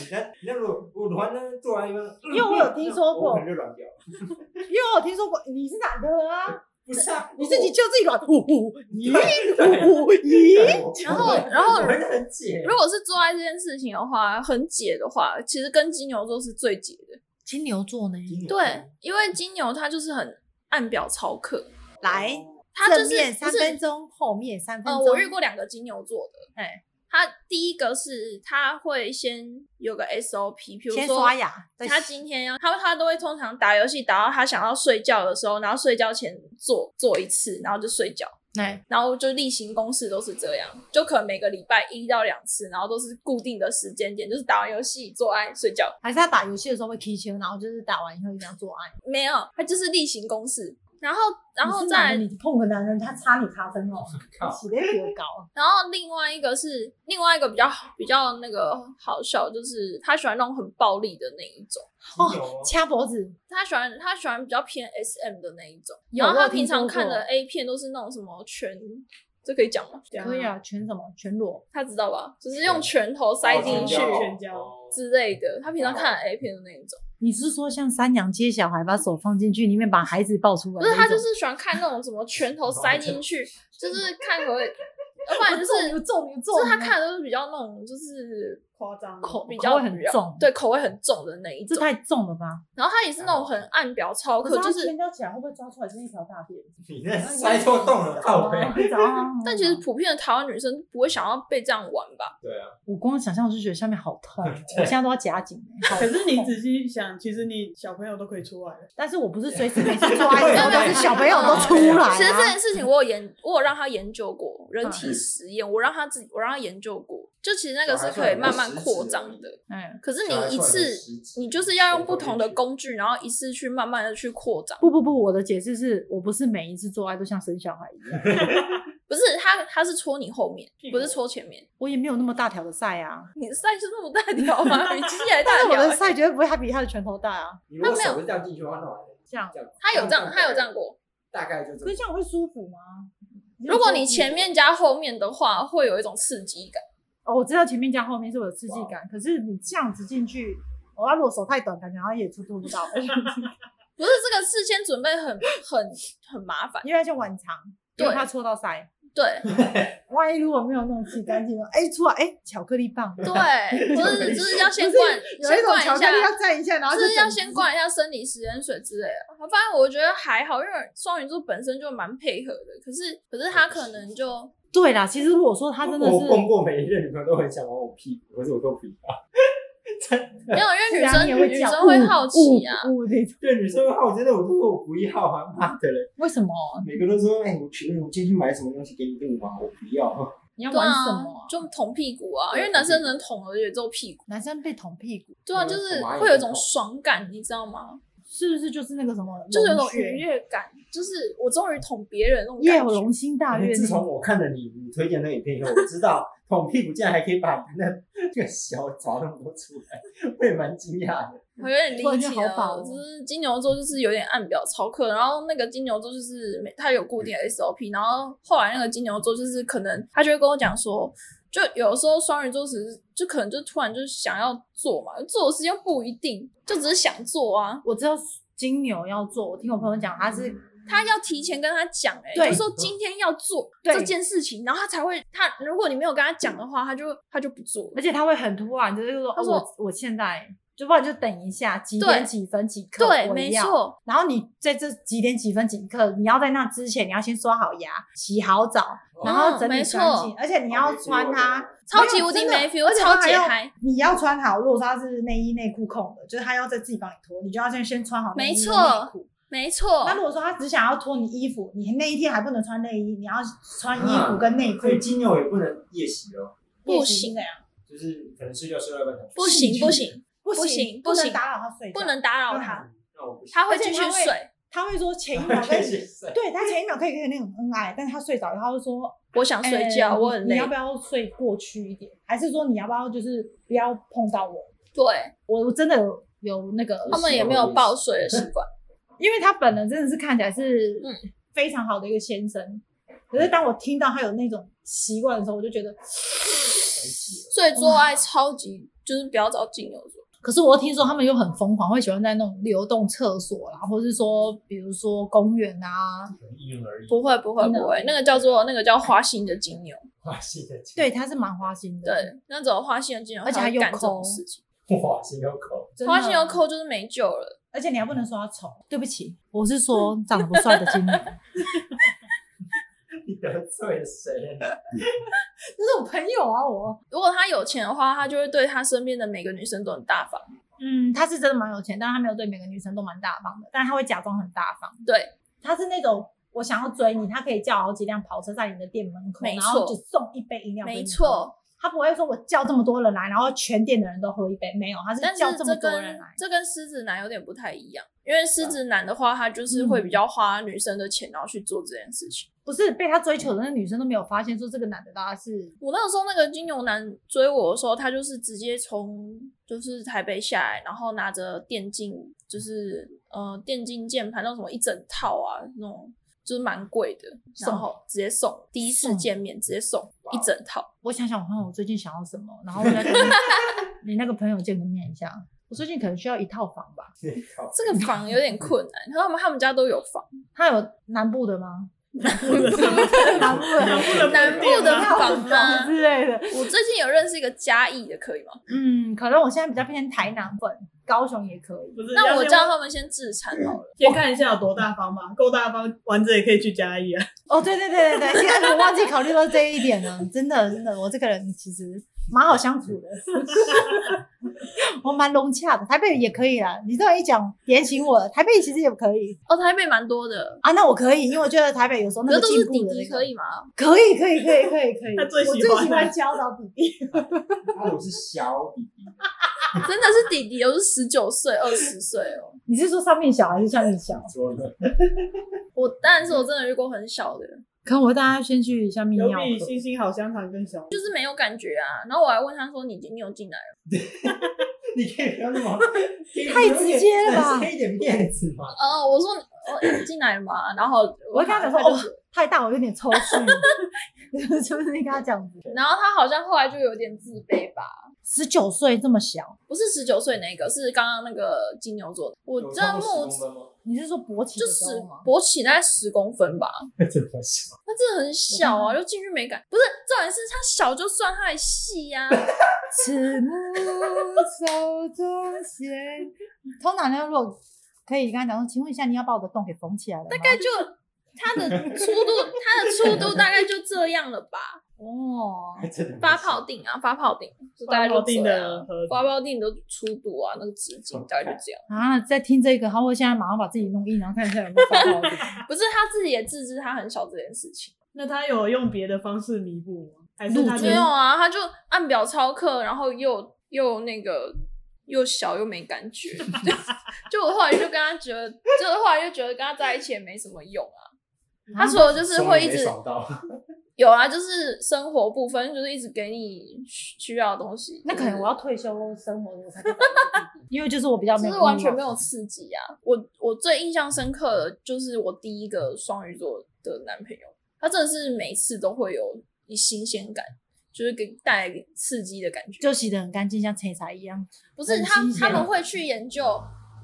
你看，你看，如果我软呢，做完一个，
因为我有听说过
我可能就软掉了。
因为我听说过你是男的啊，
不是啊，
你自己就自己软，呜呜咦
对
呜呜咦，
然后然后
我会很解，
如果是做爱这件事情的话，很解的话，其实跟金牛座是最解的。
金牛座呢？
对，因为金牛它就是很按表操课，
来，
它就
正
是
面
不
三
是
分钟，后面三分
呃，
钟。
我遇过两个金牛座的，
哎，
他第一个是他会先有个 SOP，比如
先
说
刷牙，再
他今天要他他都会通常打游戏打到他想要睡觉的时候，然后睡觉前做做一次，然后就睡觉。
哎，
然后就例行公事都是这样，就可能每个礼拜一到两次，然后都是固定的时间点，就是打完游戏、做爱、睡觉。
还是他打游戏的时候会 K 球，然后就是打完以后一定要做爱。
没有，他就是例行公事。然后，然后
你是
再
男的你碰个男人，他插你卡 针哦，
靠
起得比我高。啊
然后另外一个是另外一个比较比较那个好笑，就是他喜欢那种很暴力的那一种，
金牛哦
掐脖子，
他喜欢他喜欢比较偏 S M 的那一种。
有
然后他
我有
平
听
常
说过
看的 A 片都是那种什么拳，这可以讲吗？
可以啊，全什么全裸，
他知道吧？只是
啊
用拳头塞进去
哦拳脚
之类的。他平
哦
常看 A 片的那一种，
你是说像三娘接小孩，把手放进去里面，把孩子抱出来
不
那种？
是他就是喜欢看那种什么拳头塞进去，就是看可不可 以，要不然就是
我揍你，我揍
就
你
啊
是他看的都是比较那种就是
夸张
口比
口
较
味很
比较
重
对口味很重的那一
这
种。
太重了吧？
然后他也是那种很按表操课，就是
人家起来会不会抓出来是一条大便？哦
你那塞错洞了，靠
啊
背。
但其实
啊
普遍的台湾女生不会想要被这样玩吧？
对啊，
我光想象我就觉得下面好痛，哦我
对
现在都要夹紧欸。好
可是你
痛
仔细想，其实你小朋友都可以出来了。
但是我不是随时每次抓一
对
下，
对
但是小朋友都出来啊。嗯
其实这件事情我有研，我有让他研究过人体实验，我让他自己，我让他研究过，就其实那个是可以慢慢扩张的。
嗯，
可是你一次，你就是要用不同的工具，然后一次去慢慢的去扩张。
不不不，我的解释是我不是每一次做爱都像生小孩一样，
不是他，他是戳你后面
屁，股
不是戳前面。
我也没有那么大条的赛啊。
你的塞是那么大 条吗？比鸡鸡还
但
大
是我
条
的
欸、
赛绝对不会他比他的拳头大啊。
你如果手是这样进去的话，那完了。
这样
这，样
他有这
嗯
样，他有这样过。
大概就
可是
这
这样会舒服吗？
如果
嗯
你前面加后面的话，会有一种刺激感。
哦，我知道前面加后面是我的刺
哦
激感，可是你这样子进去，我、哦、要如果手太短，感觉好像也出不到，
不是这个事先准备很很很麻烦，
因为它就晚长，因为它戳到塞。
对
万一如果没有弄洗干净了，哎、出来哎、巧克力棒，
对，不是就是要先灌，
有一
先
种
灌
巧
一
克力
下
要，蘸一下，然后
就是要
整
先
只
灌一下生理食盐水之类的。反正我觉得还好，因为双鱼座本身就蛮配合的，可是可是他可能就
对啦，其实如果说他真的
样。
是，
我碰过每一个女朋友都很想玩我屁股，可是我都不要。
没有，因为
是
女
啊
生
你也会
女
叫
生会
呜
好奇啊，
呜呜那种
对女生的话，我真的我都说我不要啊，妈的嘞！
为什么？
每个都说，哎，我请问我今天去买什么东西给你用吗？我不要。
你要
对
玩
啊
什么啊、，
就捅屁股啊，
对
因为男生能捅的也只有屁股，
男生被捅屁股，
对啊，
对
就是
捅完也
会有一
能
种
捅
爽感，你知道吗？
是不是就是那个什么？
就是有
龙
种愉
穴
悦感，就是我终于捅别人那种
夜
感
有
觉。
龙心大悦
自
那
从
种。
我看了你你推荐那个影片以后，我知道捅屁股竟然还可以把那这个小找那么多出来，我也蛮惊讶的。
我有点理
突然
解
间好饱
了，
哦
就是金牛座就是有点按表操课，然后那个金牛座就是每他有固定的 SOP，然后后来那个金牛座就是可能他就会跟我讲说，就有时候双鱼座其实就可能就突然就想要做嘛，做的事情又不一定，就只是想做啊，
我知道金牛要做，我听我朋友讲，他
嗯
是
他要提前跟他讲、欸，
对
就说今天要做
对
这件事情，然后他才会他如果你没有跟他讲的话，他就他就不做
而。且他会很突然，就是说，
他
哦、
说
我我现在，就不然就等一下，几
对
点几分几刻我
对，
要
没。错，
然后你在这几点几分几刻，你要在那之前，你要先刷好牙、洗好澡，然后
哦
整
没
理
错
干净，而
哦
且你要穿它，
超级无敌
没有
没 feel，
而且它
超
还
解
要
嗨。
你要穿好，如果说它是内衣内裤控的，就是他要再自己帮你脱，你就要先先穿好内衣
没错
内裤。
没错
那。如果说他只想要脱你衣服，你那一天还不能穿内衣，你要穿衣服跟内裤
所，以金牛也不能夜袭哦，
不行
的呀，
就是可能睡觉睡到一半想
不行不行
不
不行
不
不
能
行
打扰他睡觉，
不能打扰他，
嗯那我不行。
他会
而且
继续
他会
睡。
他会说前一 秒跟
可以
你，
睡
对他前一秒可以跟你那种恩爱，但是他睡着以后他就说
我想睡觉，
哎
我很
你
累。
要不要睡过去一点？还是说你要不要就是不要碰到我？
对
我我真的有有那个，
他们也没有抱睡的 习惯，
因为他本人真的是看起来是
嗯
非常好的一个先生，可是当我听到他有那种习惯的时候，我就觉得，
所以做爱超级就是不要找金牛座。
可是我听说他们又很疯狂，会喜欢在那种流动厕所啦，或是说比如说公园啊，
可能因人而异。
不会不会
真的哦
不会，那个叫做那个叫花心的金牛，
花心的金
对，他是蛮花心的，
对，那种花心的金牛，
嗯而且
还
还有
干这种
抠哦
事情。
对，花心有口，
对
花心有，扣就是没救了，
而且你还不能说他丑，对不起，我是说 长得不帅的金牛，就
你得罪了谁了？
是我朋友啊，我，
如果他有钱的话，他就会对他身边的每个女生都很大方。
嗯，他是真的蛮有钱，但他没有对每个女生都蛮大方的，但他会假装很大方。
对，
他是那种我想要追你，他可以叫好几辆跑车在你的店门口，
没
然
错
后就送一杯饮料给你喝
没。错。
他不会说我叫这么多人来，然后全店的人都喝一杯，没有，他
但
是
是
叫这么
这
多人
跟
来。啊
这跟狮子男有点不太一样，因为狮子男的话，他就是会
嗯
比较花女生的钱，然后去做这件事情。
不是被他追求的那女生都没有发现说这个男的大概是
我那个时候那个金牛男追我的时候，他就是直接从就是台北下来，然后拿着电竞，就是呃电竞键盘那种什么一整套啊那种。就是蛮贵的，
送
然后直接送，第一次
送
见面直接送
哇
一整套。
我想想，我看我最近想要什么，然后我再 跟你那个朋友见个面一下。我最近可能需要一套房吧。
靠
这个房有点困难，他们他们家都有 房，
他有南部的吗？
南
部的
部的
南
饭
部
店
的
吗
啊
房吗？
之类的。
我最近有认识一个嘉义的，可以吗？
嗯，可能我现在比较偏台南粉，高雄也可以。
不 是
那我
要先
叫他们先自产好了。
先看一下有多大方嘛，够大方，丸子也可以去嘉义啊。
哦，对对对对对，现在我忘记考虑到这一点了， 真的真的，我这个人其实蛮好相处的， 我蛮融洽的。台北也可以啦，你这样一讲点醒我了，台北其实也可以
哦，台北蛮多的，
啊。那我可以，因为我觉得台北有时候
可
哦
是
那个
都
进
是
步
弟
的、那
弟
个
可以吗？
可以可以可以可以可以，
他最喜
我
欢
最喜
的
欢教导弟弟，
啊我是小比比，
真的是弟弟，都是十九岁、二十岁 哦。
你是说上面小还是下面小？
说了
我但是我真的遇过很小的，
可能我大家先去一下泌
有
科
比星星好香肠更小，
就是没有感觉啊。然后我还问他说：“你你有进来了
你可以不要那么
太直接了吧
给一点面子嘛。？”
呃，我说：“哦，你进来了吗？”然后
我会跟他讲说，
就
哦，太大，我有点抽搐， 是不是你跟他讲？
然后他好像后来就有点自卑吧。
十九岁这么小，
不是十九岁那个，是刚刚那个金牛座的。我
有
这
超过
目
10公分吗？
你是说勃起
就
的
是
时候 吗？
勃起大概十公分吧，
这么小，
他真的很小啊，又进去没感。不是，重点是他小就算，他还细呀、啊。
慈母手中线。 通常呢，如果可以跟他讲说，请问一下，你要把我的洞给缝起来了吗？大
大概就他的粗度，他的粗度大概就这样了吧。
哦，
还真的很小
发泡定啊，发泡定，就大概就
泡定
这样
的盒子
发泡定的粗度啊，那个直径大概就这样。
啊，在听这个，好，我现在马上把自己弄硬，然后看一下有没有发到 我的。
不是他自己也自知他很小这件事情，
那他有用别的方式弥补吗？还是他
嗯
没有啊，他就按表操课，然后又又那个又小又没感觉，就就我后来就跟他觉得，就是后来就觉得跟他在一起也没什么用啊。他除了就是会一
手也没
直
爽到，
有啊，就是生活部分就是一直给你需需要的东西，
那可能我
要。
要退休生活了，我才可以找这个弟弟 因为就是我比较没
就
有
是完全
欲
没
望
有刺激啊！我我最印象深刻的就是我第一个双鱼座的男朋友，他真的是每次都会有一新鲜感，就是给带来刺激的感觉。
就洗得很干净，像柴柴一样。
不是
很
他
新鲜啊
他们会去研究，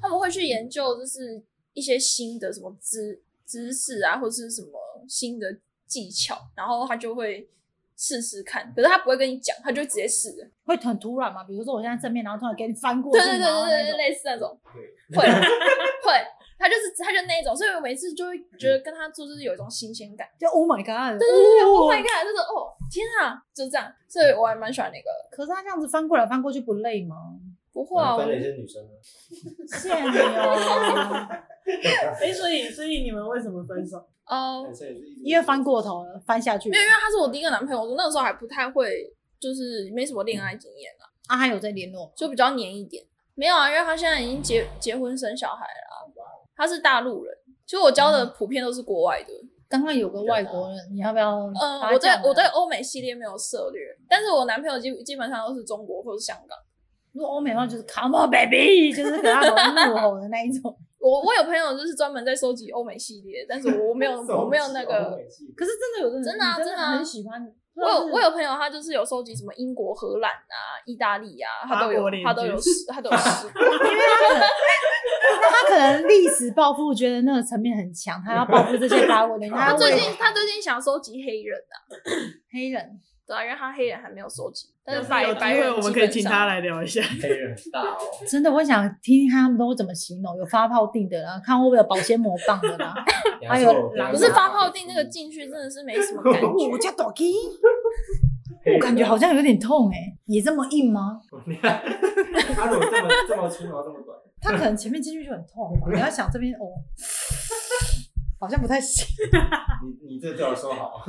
他们会去研究就是一些新的什么知知识啊，或是什么新的技巧，然后他就会试试看。可是他不会跟你讲，他就直接试了。
会很突然嘛？比如说我现在正面，然后突然给你翻过去，
对对对
然后
对
那
对，
种
类似那种。
对，
会 会，他就是他就那一种，所以我每次就会觉得跟他做就是有一种新鲜感。
就 Oh my God！
对对对对，Oh my god，就是哦天啊，就这样，所以我还蛮喜欢那个。
可是他这样子翻过来翻过去不累吗？
不会 啊，
哇，
我
分了一些女生呢，
谢谢你哦，
哎、所以所以你们为什么分手？
呃，
男生也是一直
因为翻过头了，翻下去
没有，因为他是我第一个男朋友，我那个时候还不太会，就是没什么恋爱经验啊，
啊，还有在联络吗，
就比较黏一点。没有啊，因为他现在已经结结婚生小孩了啊、他是大陆人，其实我交的普遍都是国外的。
刚刚有个外国人，你要不要？
嗯，我对
啊
我对，欧美系列没有涉略，但是我男朋友基基本上都是中国或是香港。
如果欧美的话就是 Come on baby，就是 给他怒吼的那一种。
我我有朋友就是专门在收集欧美系列，但是我 没有我没有那个，，
可是真的有的人
真的啊
你真
真的啊
很喜欢。
我有我有朋友他就是有收集什么英国、荷兰啊、意大利啊，他都
法国
有
联军
他都有试他都有试过。
他可能历史抱负觉得那个层面很强，他要报复这些法国 人，他
他
要
最
为
近他最近想收集黑人啊，
黑人。
对啊，因为他黑人还没有收集，但是
有
白
机
白
会
人
我们
基
可以
本
请他
上
来聊一 下。
黑人很大哦，
真的，我想听听他们都怎么形容，有发泡定的啦，看会不会有保鲜膜棒的啦。
哎
还有狼
不是
嗯
发泡定那个进去真的是没什么感觉，
我叫 Doki，我感觉好像有点痛哎、也这么硬吗？
他怎么这么这么粗，然后这么短？
他可能前面进去就很痛吧，你要想这边哦，好像不太行。
你你这对我说好，啊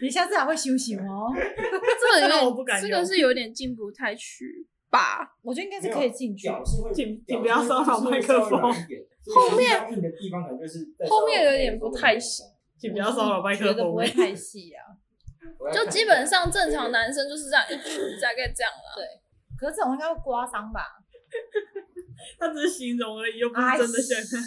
你下次还会休息哦。
这个有
那
点
我不敢
这
用
个是有点进不太去吧。
我觉得应该是可以进去。
屌是会，
请
屌
请不要骚扰麦克风
是会稍微软一点。后面硬的地方可能就是在
后面有点不太行，
请不要骚扰麦
我
克
觉得不
风
会。太细啊。
我要看
就基本上正常男生就是这样一群大概这样啦。
可是这种应该会刮伤吧？
他只是形容而已，又不是真的想看。
哎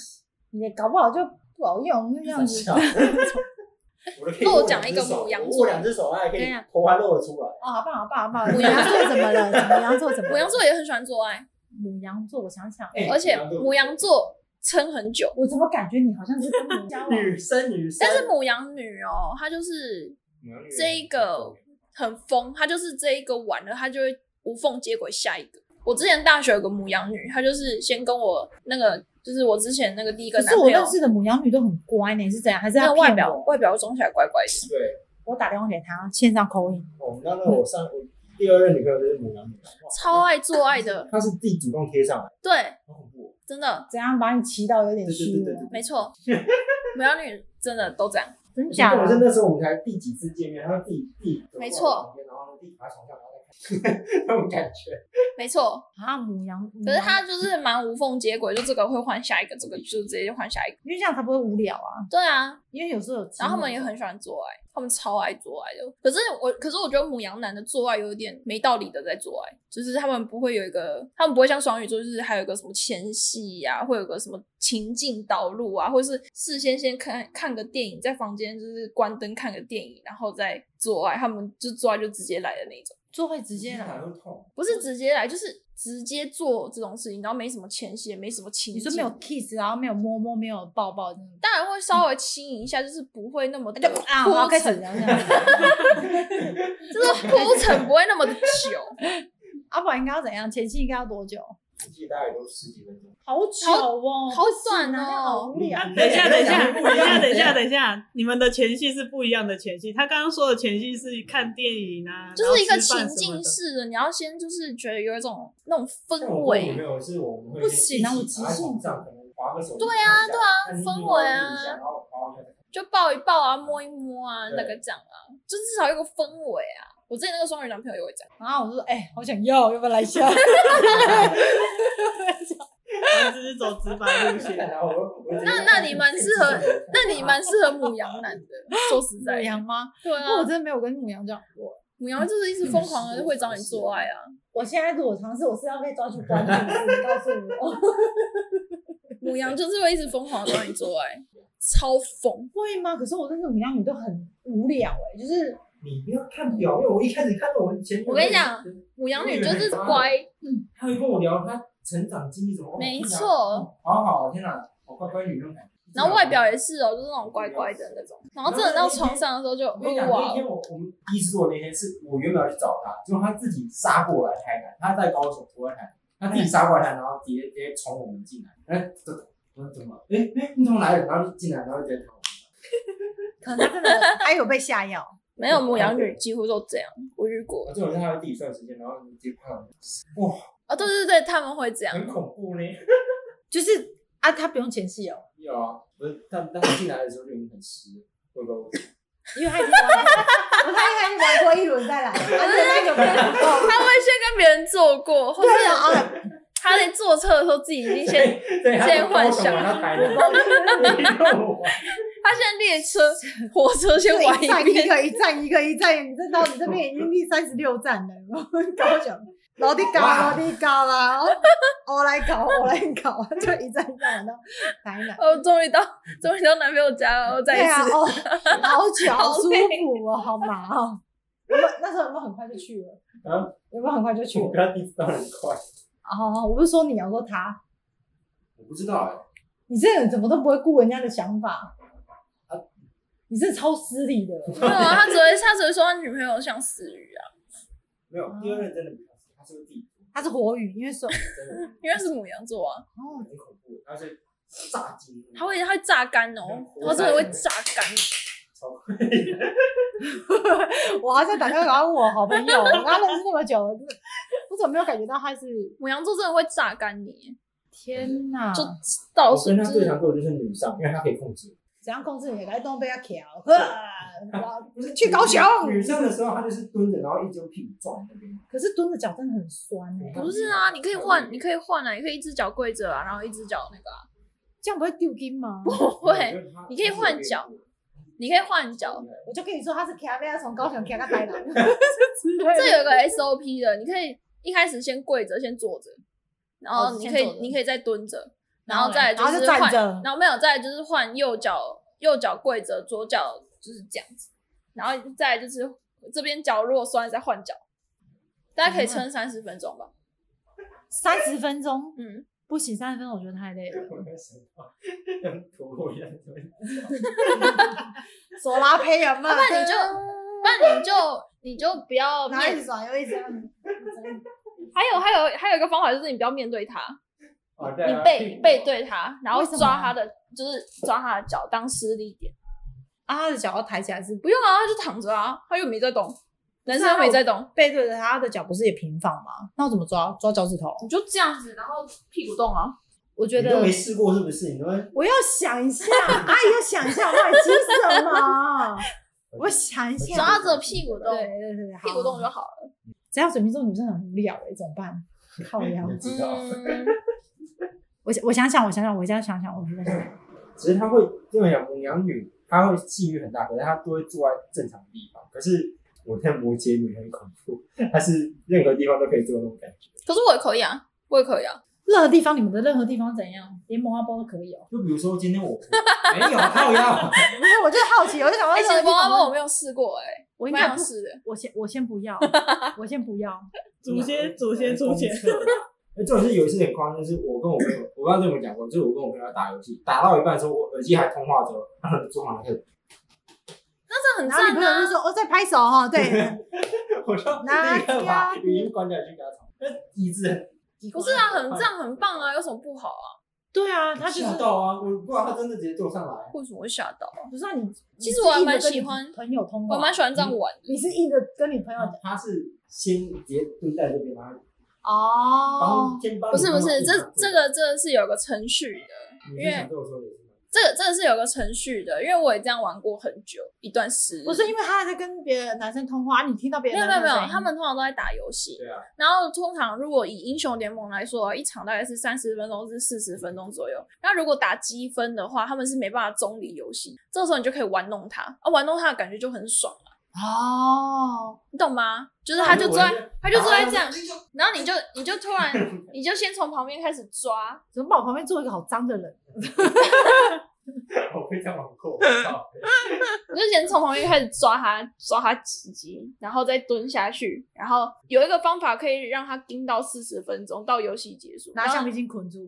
也搞不好就不保用这样子
笑。 我的屁股
那我讲一个母羊座
我两只手还可以
对呀
头发露得出来。
啊，好棒好棒好棒！
母
母
羊
羊座怎么了？母羊座怎么了？
母羊座也很喜欢做爱，
母羊座，我想想，
哎
而且母羊座撑很久，
我怎么感觉你好像是跟母 交往？
女生女
啊
生，
但是母羊女哦，她就是这一个很疯，她就是这一个完了，她就会无缝接轨下一个。我之前大学有个母羊女，她就是先跟我那个，就是我之前那个第一个
可
男
是
朋
我
友
认，识的母羊女都很乖呢，是怎样？还是
那
要
个外
骗
表
我？
外表肿起来怪怪的，
对，哦
我打电话给他，线上口音。
我们那个我上我第二任女朋友就是母羊女，哇
超爱做爱的，
她是自己主动贴上来，
对，
好恐怖哦。
真的
怎样把你骑到有
对
点
对
虚
对对
了？
对，
没 错，母羊女真的都这样。
真
而且
假
重点是
的？
那时候我们才第几次见面，她自己自己
没错，
然后自己爬床上，然后再看 那种感觉。
没错，
啊，母羊，母羊
可是他就是蛮无缝接轨，就这个会换下一个，这个就直接换下一个。
因为这样才不会无聊啊。
对啊，
因为有时候有，
然后他们也很喜欢做爱，他们超爱做爱的。可是我，可是我觉得母羊男的做爱有点没道理的在做爱，就是他们不会有一个，他们不会像双鱼座，就是还有一个什么前戏呀、会有个什么情境导入啊，或者是事先先看看个电影，在房间就是关灯看个电影，然后再做爱，他们就做爱就直接来的那种。
就会直
啊
接来。
哪会痛？
不是直接来，就是直接做这种事情，然后没什么前戏，也没什么情
你
境
说没有 kiss，然后没有摸摸，没有抱抱，真的。
当然会稍微轻盈一下，就是不会那么的
就啊，好开
铺
始
陈，
然后这样。
就是铺陈不会那么的 久，
阿宝啊应该要怎样？前期应该要多久？
记得大概都十几分钟。
好久哦，
好短
哪有好
哦。
无聊。
啊等一下，等一下，等一下，等一下，等一下，你们的前戏是不一样的前戏。他刚刚说的前戏是看电影啊，
就是一个
然后吃
情
饭什么
境
的。
式的，你要先就是觉得有一种那种氛
像我跟我女
围
朋，友是我们会
不行
一起
啊我
爬在
急性
床上可能划个手机
对
看
啊
一下，
对
看电影
氛围啊
看一下然后划一下
就抱一抱啊，摸一摸啊，
对
那个这样啊，就至少有个氛围啊。我之前那个双鱼男朋友也会这样，
然后我就说，哎、好想要，要不要来 一下？
他只是走直白路 线。
然后我我
那那你蛮适合， 那
啊
你蛮适合母羊男的。啊 说实在
母
的，
羊吗？
对
不过我
啊，
真的没有跟母羊讲过。
母羊就是一直疯狂的会找你做爱 啊。
我现在如果尝试，我是要被抓去关的，你告诉我。
母羊就是会一直疯狂的帮你做爱，超疯。
会吗？可是我认识母羊女都很无聊哎、就是
你不要看表面，我一开始看到我前女友
我跟你讲，母羊女就是乖，
她会跟我聊她成长经历怎么，
没
哦
错，
好好，天哪，好乖乖女那种感觉。
然后外表也是哦，就是那种乖乖的那种。然后真的到床上的时候就
我跟你讲，那
哇，哦
天我我们第一次做的那天是我原本要去找她，结果她自己杀过来台南，她在高雄，我在台南，她自己杀过来台南，然后直接直接冲我们进来，哎，这我说怎么？哎哎，你怎么来了？然后就进来，然后就直接捅我们。
可能她真 的她有被下药，
没有母羊女几乎都这样，我遇过
我。这种是她会自己算时间，然后直接判我们。哇，
啊，对对对，他们会这样，
很恐怖呢。
就是啊，她不用前戏哦，
有啊，不是，但但她进来的时候就已经很湿，会 不会？
因为 她已经玩过，她应该玩过一轮再来，而且那个不
他
够。
会先跟别人做过，或者
对啊，
他在坐车的时候自己已经先，
对，
先幻想
他台南， 我
他现在列车、火车先
就
玩
一站
一
一
遍，
个，一站一个，一站，你这到你这边已经第三十六站了，我们高雄，老地高，老地高啦，我来搞，我来搞，就一站一站玩到台 南。
哦，终于到，终于到男朋友家了，我再
对
一
啊，
次。
哦，好久，好
好
舒
累
服哦，好麻哦。我们那时候有没有很快就去了？
啊，
有没有很快就去了？
他第一次到很快，
哦，我不是说你，我说他，
我不知道欸
你这个人怎么都不会顾人家的想法
啊，
你是超失礼的。
没有啊，他只会他只会说他女朋友像死鱼啊，
哎，没有，第二任真的不像，他是个地主，
他是火语，因为 说
真的
因为是母羊座啊，
哦，
很恐怖，他是炸鸡，
他会他会榨干哦，他真的会榨干。
超
我还在打电话给我好朋友，然后认识那么久，我怎么没有感觉到他是？
母羊座真的会榨干你，
天哪！
就到
我
处
跟
就
哦他最
是
常做的就是女上，因为他可以控制。
怎样控制你？来东被他卡，呵，
不是
去高雄
女上的时候，他就是蹲着，然后一直用屁股撞那边。
可是蹲着脚真的很酸哎、
不是啊，你可以换，你可以换啊，你可以一只脚跪着啊，然后一只脚那个、啊，
这样不会丢筋吗？
不会，，你可以换脚，你可以换脚，
我就跟你说他是卡被他从高雄卡到 台南，
这有个 SOP 哦的，你可以一开始先跪着，先坐着，然后你可
先坐
以
着
你可以再蹲着，然后再来
然后
是
就站
换，
着
然后没有再来就是换右脚右脚跪着，左脚就是这样子，然后再来就是这边脚如果酸了再换脚，大家可以撑三十分钟吧，
三十分钟
嗯，
不行，三十分钟我觉得太累了。
我在想到跟陀螺一样，怎么
手 拉胚人嘛，
要不然你就不然你就你就不要
然后一
面
直，转又一直
还有还有还有一个方法就是你不要面对他，
哦， 对
你
啊，
背
屁股
背，对他，然后
为什么
抓他的就是抓他的脚当施力点，
啊，他的脚要抬起来是
不用啊，他就躺着啊，他又没在动，男生
是啊
又没在动。
背对着他，他的脚不是也平放吗？那我怎么抓？抓脚趾头？
你就这样子，然后屁股动啊，
我觉
你都
得
没试过是不是？你都
我要想一下，阿姨要想一下，我吃什么？我想一下，
抓着屁股动，
对对对，
屁股动就好了。
只要水瓶座女生很无聊哎、怎么办？靠腰。
你知道，
嗯，
我想我想想，我想想，我现在想想，我现在想想，
只是她会因为讲母羊女，她会性欲很大，可是她都会坐在正常的地方。可是我看摩羯女很恐怖，她是任何地方都可以坐那种感觉。
可是我也可以啊，我也可以啊。
任何地方你们的任何地方怎样，连摩阿波都可以哦、
就比如说今天我没有靠腰，
没有，我就好奇，我就想
哎、
说
其实猫猫我没有试过、哎，
我
我
应
蛮
该
想
不，
试的。
我先我先不 要，我先不要。
祖
呃
先祖先出钱，
那就是有一次很夸张，就是我跟我朋友，我刚才跟你们讲过，就是我跟我朋友打游戏，打到一半的时候，我耳机还通话着，他们桌上 开始，
这很
然后你
赞
朋友就
啊！
说：“哦，在拍手哦，对，
我说立刻把语音关掉去给他吵，那椅子很
不是啊，很赞，很棒啊，有什么不好啊？
对啊，他就是
吓到啊，我不知道他真的直接坐上来，
为什么会吓到啊？
不是啊你。
其实我还蛮
你是硬
喜
着
欢
跟你朋友通
我
话，
蛮喜欢这样玩的。
你是硬着跟你朋友讲
他是先直接蹲在这边，然后然
哦
后，先帮
不是不是，这这个这个是有个程序的，
你是想对我说的是吗？
这个这个是有个程序的，因为我也这样玩过很久一段时间。
不是因为他在跟别的男生通话，啊你听到别
没
的
有
男
没有没
生的
有
声，音
他们通常都在打游戏，
对啊，
然后通常如果以英雄联盟来说，一场大概是三十分钟至四十分钟左右。那如果打积分的话，他们是没办法中离游戏，这时候你就可以玩弄他，啊，玩弄他的感觉就很爽啊，
哦，
你懂吗？就是他就坐在，他就坐在这样，
就
然后你就你就突然你就先从旁边开始抓，
怎么把我旁边坐一个好脏的人？
我非常网 购，
你就先从旁边开始抓他，抓他几级，然后再蹲下去，然后有一个方法可以让他盯到四十分钟到游戏结束，
拿
然后
橡皮筋捆住，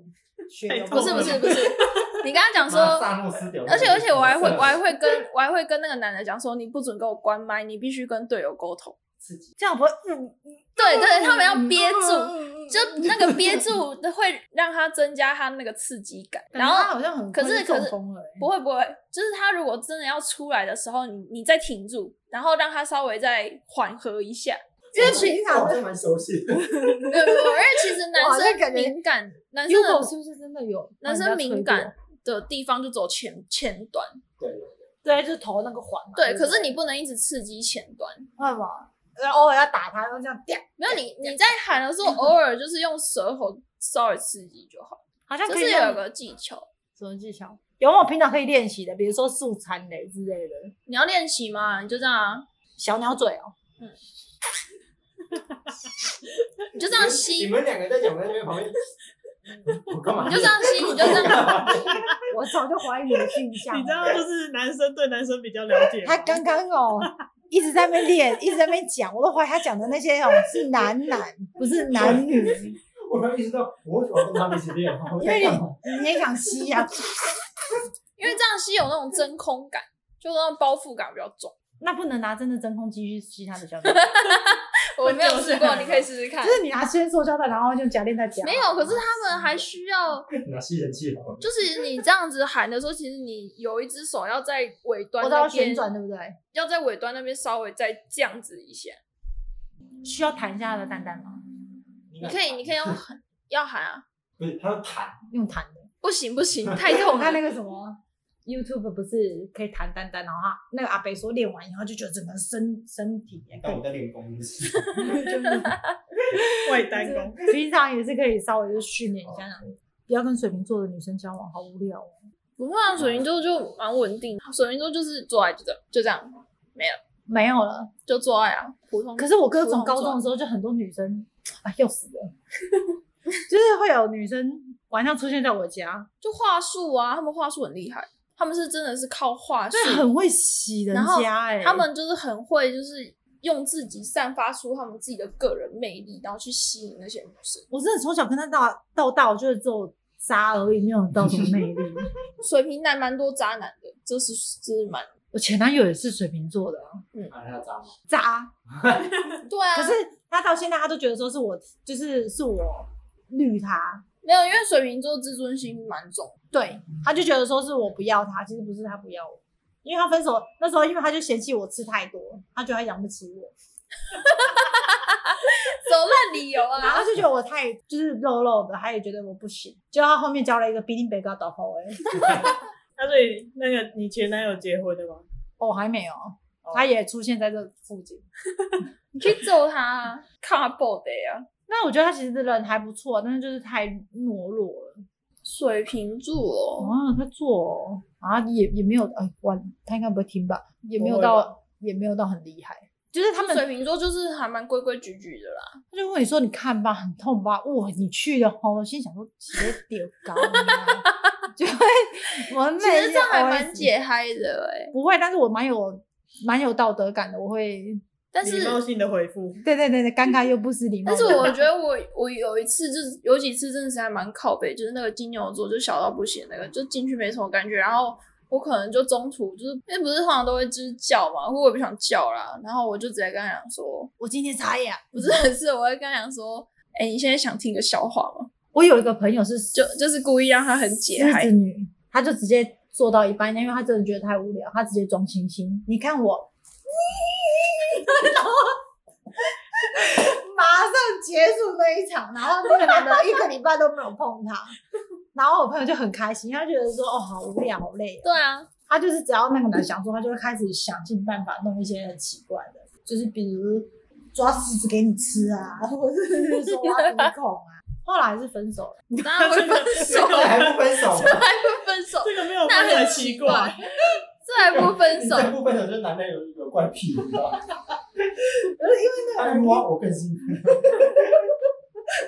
血流
不是不是不是， 你跟他讲说。
萨诺斯屌，
而且而且我还 会我还会跟我还会跟那个男的讲说，你不准给我关麦，你必须跟队友沟通。
刺激，
这样不会，嗯，
对对，他们要憋住，
住
就那个憋住会让他增加他那个刺激感。然
他
后
好像很
可是
快就
可是
中风了欸，
不会不会，就是他如果真的要出来的时候，你你再停住，然后让他稍微再缓和一下。因为其
平常
我好像蛮熟悉的。
没有没有，因为其实男
哇这
生
感觉
敏感，男生
Hugo
的
是不是真的有
男
把
生
人家吹
敏
过
感？的地方就走前前端，
对，
对，就是头那个环嘛。
对，可
不
是你不能一直刺激前端。
为什么？呃偶尔要打他，然后这样掉，
没有你，你在喊的时 候，偶尔就是用舌头稍微刺激就好，
好像
就
可
是
以
有
让
一个技巧。
什么技巧？有没有平常可以练习的？比如说速残雷之类的，
你要练习嘛，你就这样啊，
小鸟嘴哦。
你就这样吸，
你
你
们两个在讲，我在那边旁边， 我干嘛？
就这 样吸，你就这样。
我早就怀疑你的性向
你知道，
了
就是男生对男生比较了解吗。
他刚刚哦，一直在那边 练，一直在那边讲，我都怀疑他讲的那些哦是男男，不是男女。
我刚意识到，我为什么要跟他们一起练？我
因为
在干嘛？
你你也想吸呀、
因为这样吸有那种真空感，就那种包覆感比较重。
那不能拿真的真空机去吸他的 小鸟，
我没有试
会
过，
掉下来
你 可以试试看
就。是你拿先塑胶袋，然后用夹链再夹。
没有，可是他们还需要，
拿吸尘器好了，
就是你这样子喊的时候，其实你有一只手要在尾端
我都要
那
旋
边，
转，对不对？
要在尾端那边稍微再这样子一下。
需要弹一下他的蛋蛋吗？
你可以，你可以用喊，要喊啊，
不是，他会弹，
用弹的。
不行不行，太痛
我
了
看。那个什么 YouTube 不是可以弹蛋蛋，然后他那个阿北说练完以后就觉得整个身身体也
但
更
我在练功，就是
外单工，
平常也是可以稍微就训练一下。不要跟水瓶座的女生交往，好无聊哦。
不会啊，水瓶座就蛮稳定的，水瓶座就是做爱就这样，就这样
没有了。
就做爱啊，普通。
可是我哥
普通
从高
做
中
爱
的时候就很多女生，啊，又死了，就是会有女生晚上出现在我家，
就话术啊，他们话术很厉害，他们是真的是靠话术，
对，啊很会洗人家哎、
他们就是很会，就是用自己散发出他们自己的个人魅力，然后去吸引那些女生。
我真的从小跟他到到大，我就是只有渣而已，没有到什么魅力。
水瓶男蛮多渣男的，这是这是蛮
我前男友也是水瓶座的啊、
啊，他脏吗？
渣，
对啊。
可是他到现在他都觉得说是我，就是是我绿他，
没有，因为水瓶座自尊心蛮重，
对，他就觉得说是我不要他，其实不是他不要我，因为他分手那时候，因为他就嫌弃我吃太多，他觉得他养不起我，
什么烂理由
然 后
啊？
他就觉得我太就是肉肉的，他也觉得我不行，结果他后面交了一个比丁北高导后哎，
那所以那个你前男友结婚了吗？
哦还没有，他也出现在这附近。
你去揍他啊，看他爆的呀。
那我觉得他其实人还不错，啊但是就是太懦弱了。
水瓶座、哦，
哦，他做哦，啊也也没有，哎，哇，他应该不会听吧？也没有到，也没有到很厉害，就是
他
他们
们水瓶座就是还蛮规规矩矩的啦。
他就问你说：“你看吧，很痛吧？”哇，你去了哦，我心想说直接丢高你啊， 就会我妹
其实这样还蛮
解，
解嗨的哎、
不会，但是我蛮有蛮有道德感的，我会
但
礼
是
貌性的回复，
对对对对，尴尬又不失礼貌
但
的。
是我觉得我我有一次就是有几次真的是还蛮靠背，就是那个金牛座就小到不行那个，就进去没什么感觉，然后我可能就中途就是因为不是通常都会就是叫嘛，我也不想叫啦，然后我就直接跟他讲说，
我今天眨眼，啊
不是很是，我会跟他讲说，哎、你现在想听个笑话吗？
我有一个朋友是
就就是故意让他很解
狮
嗨
子，女，她就直接做到一半，因为她真的觉得太无聊，她直接装清新。你看 我，
马上结束那一场，然后那个男的一个礼拜都没有碰他，
然后我朋友就很开心，他觉得说哦好无聊，好累、哦。
对啊，
他就是只要那个男想做，他就会开始想尽办法弄一些很奇怪的，就是比如
抓狮子给你吃啊，或者是说挖鼻孔啊，
后来还是分手 了。
当然会分手，
这还不分手吗？
还不分手，
这个没有
那
分
很
很
奇
奇
怪，这还不分
你
手，
再不分手，就男的有一个怪癖，你知道 吗？
因为那个
他
人
如果我更兴奋，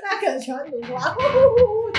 他可能喜欢毒啊，呼呼呼呼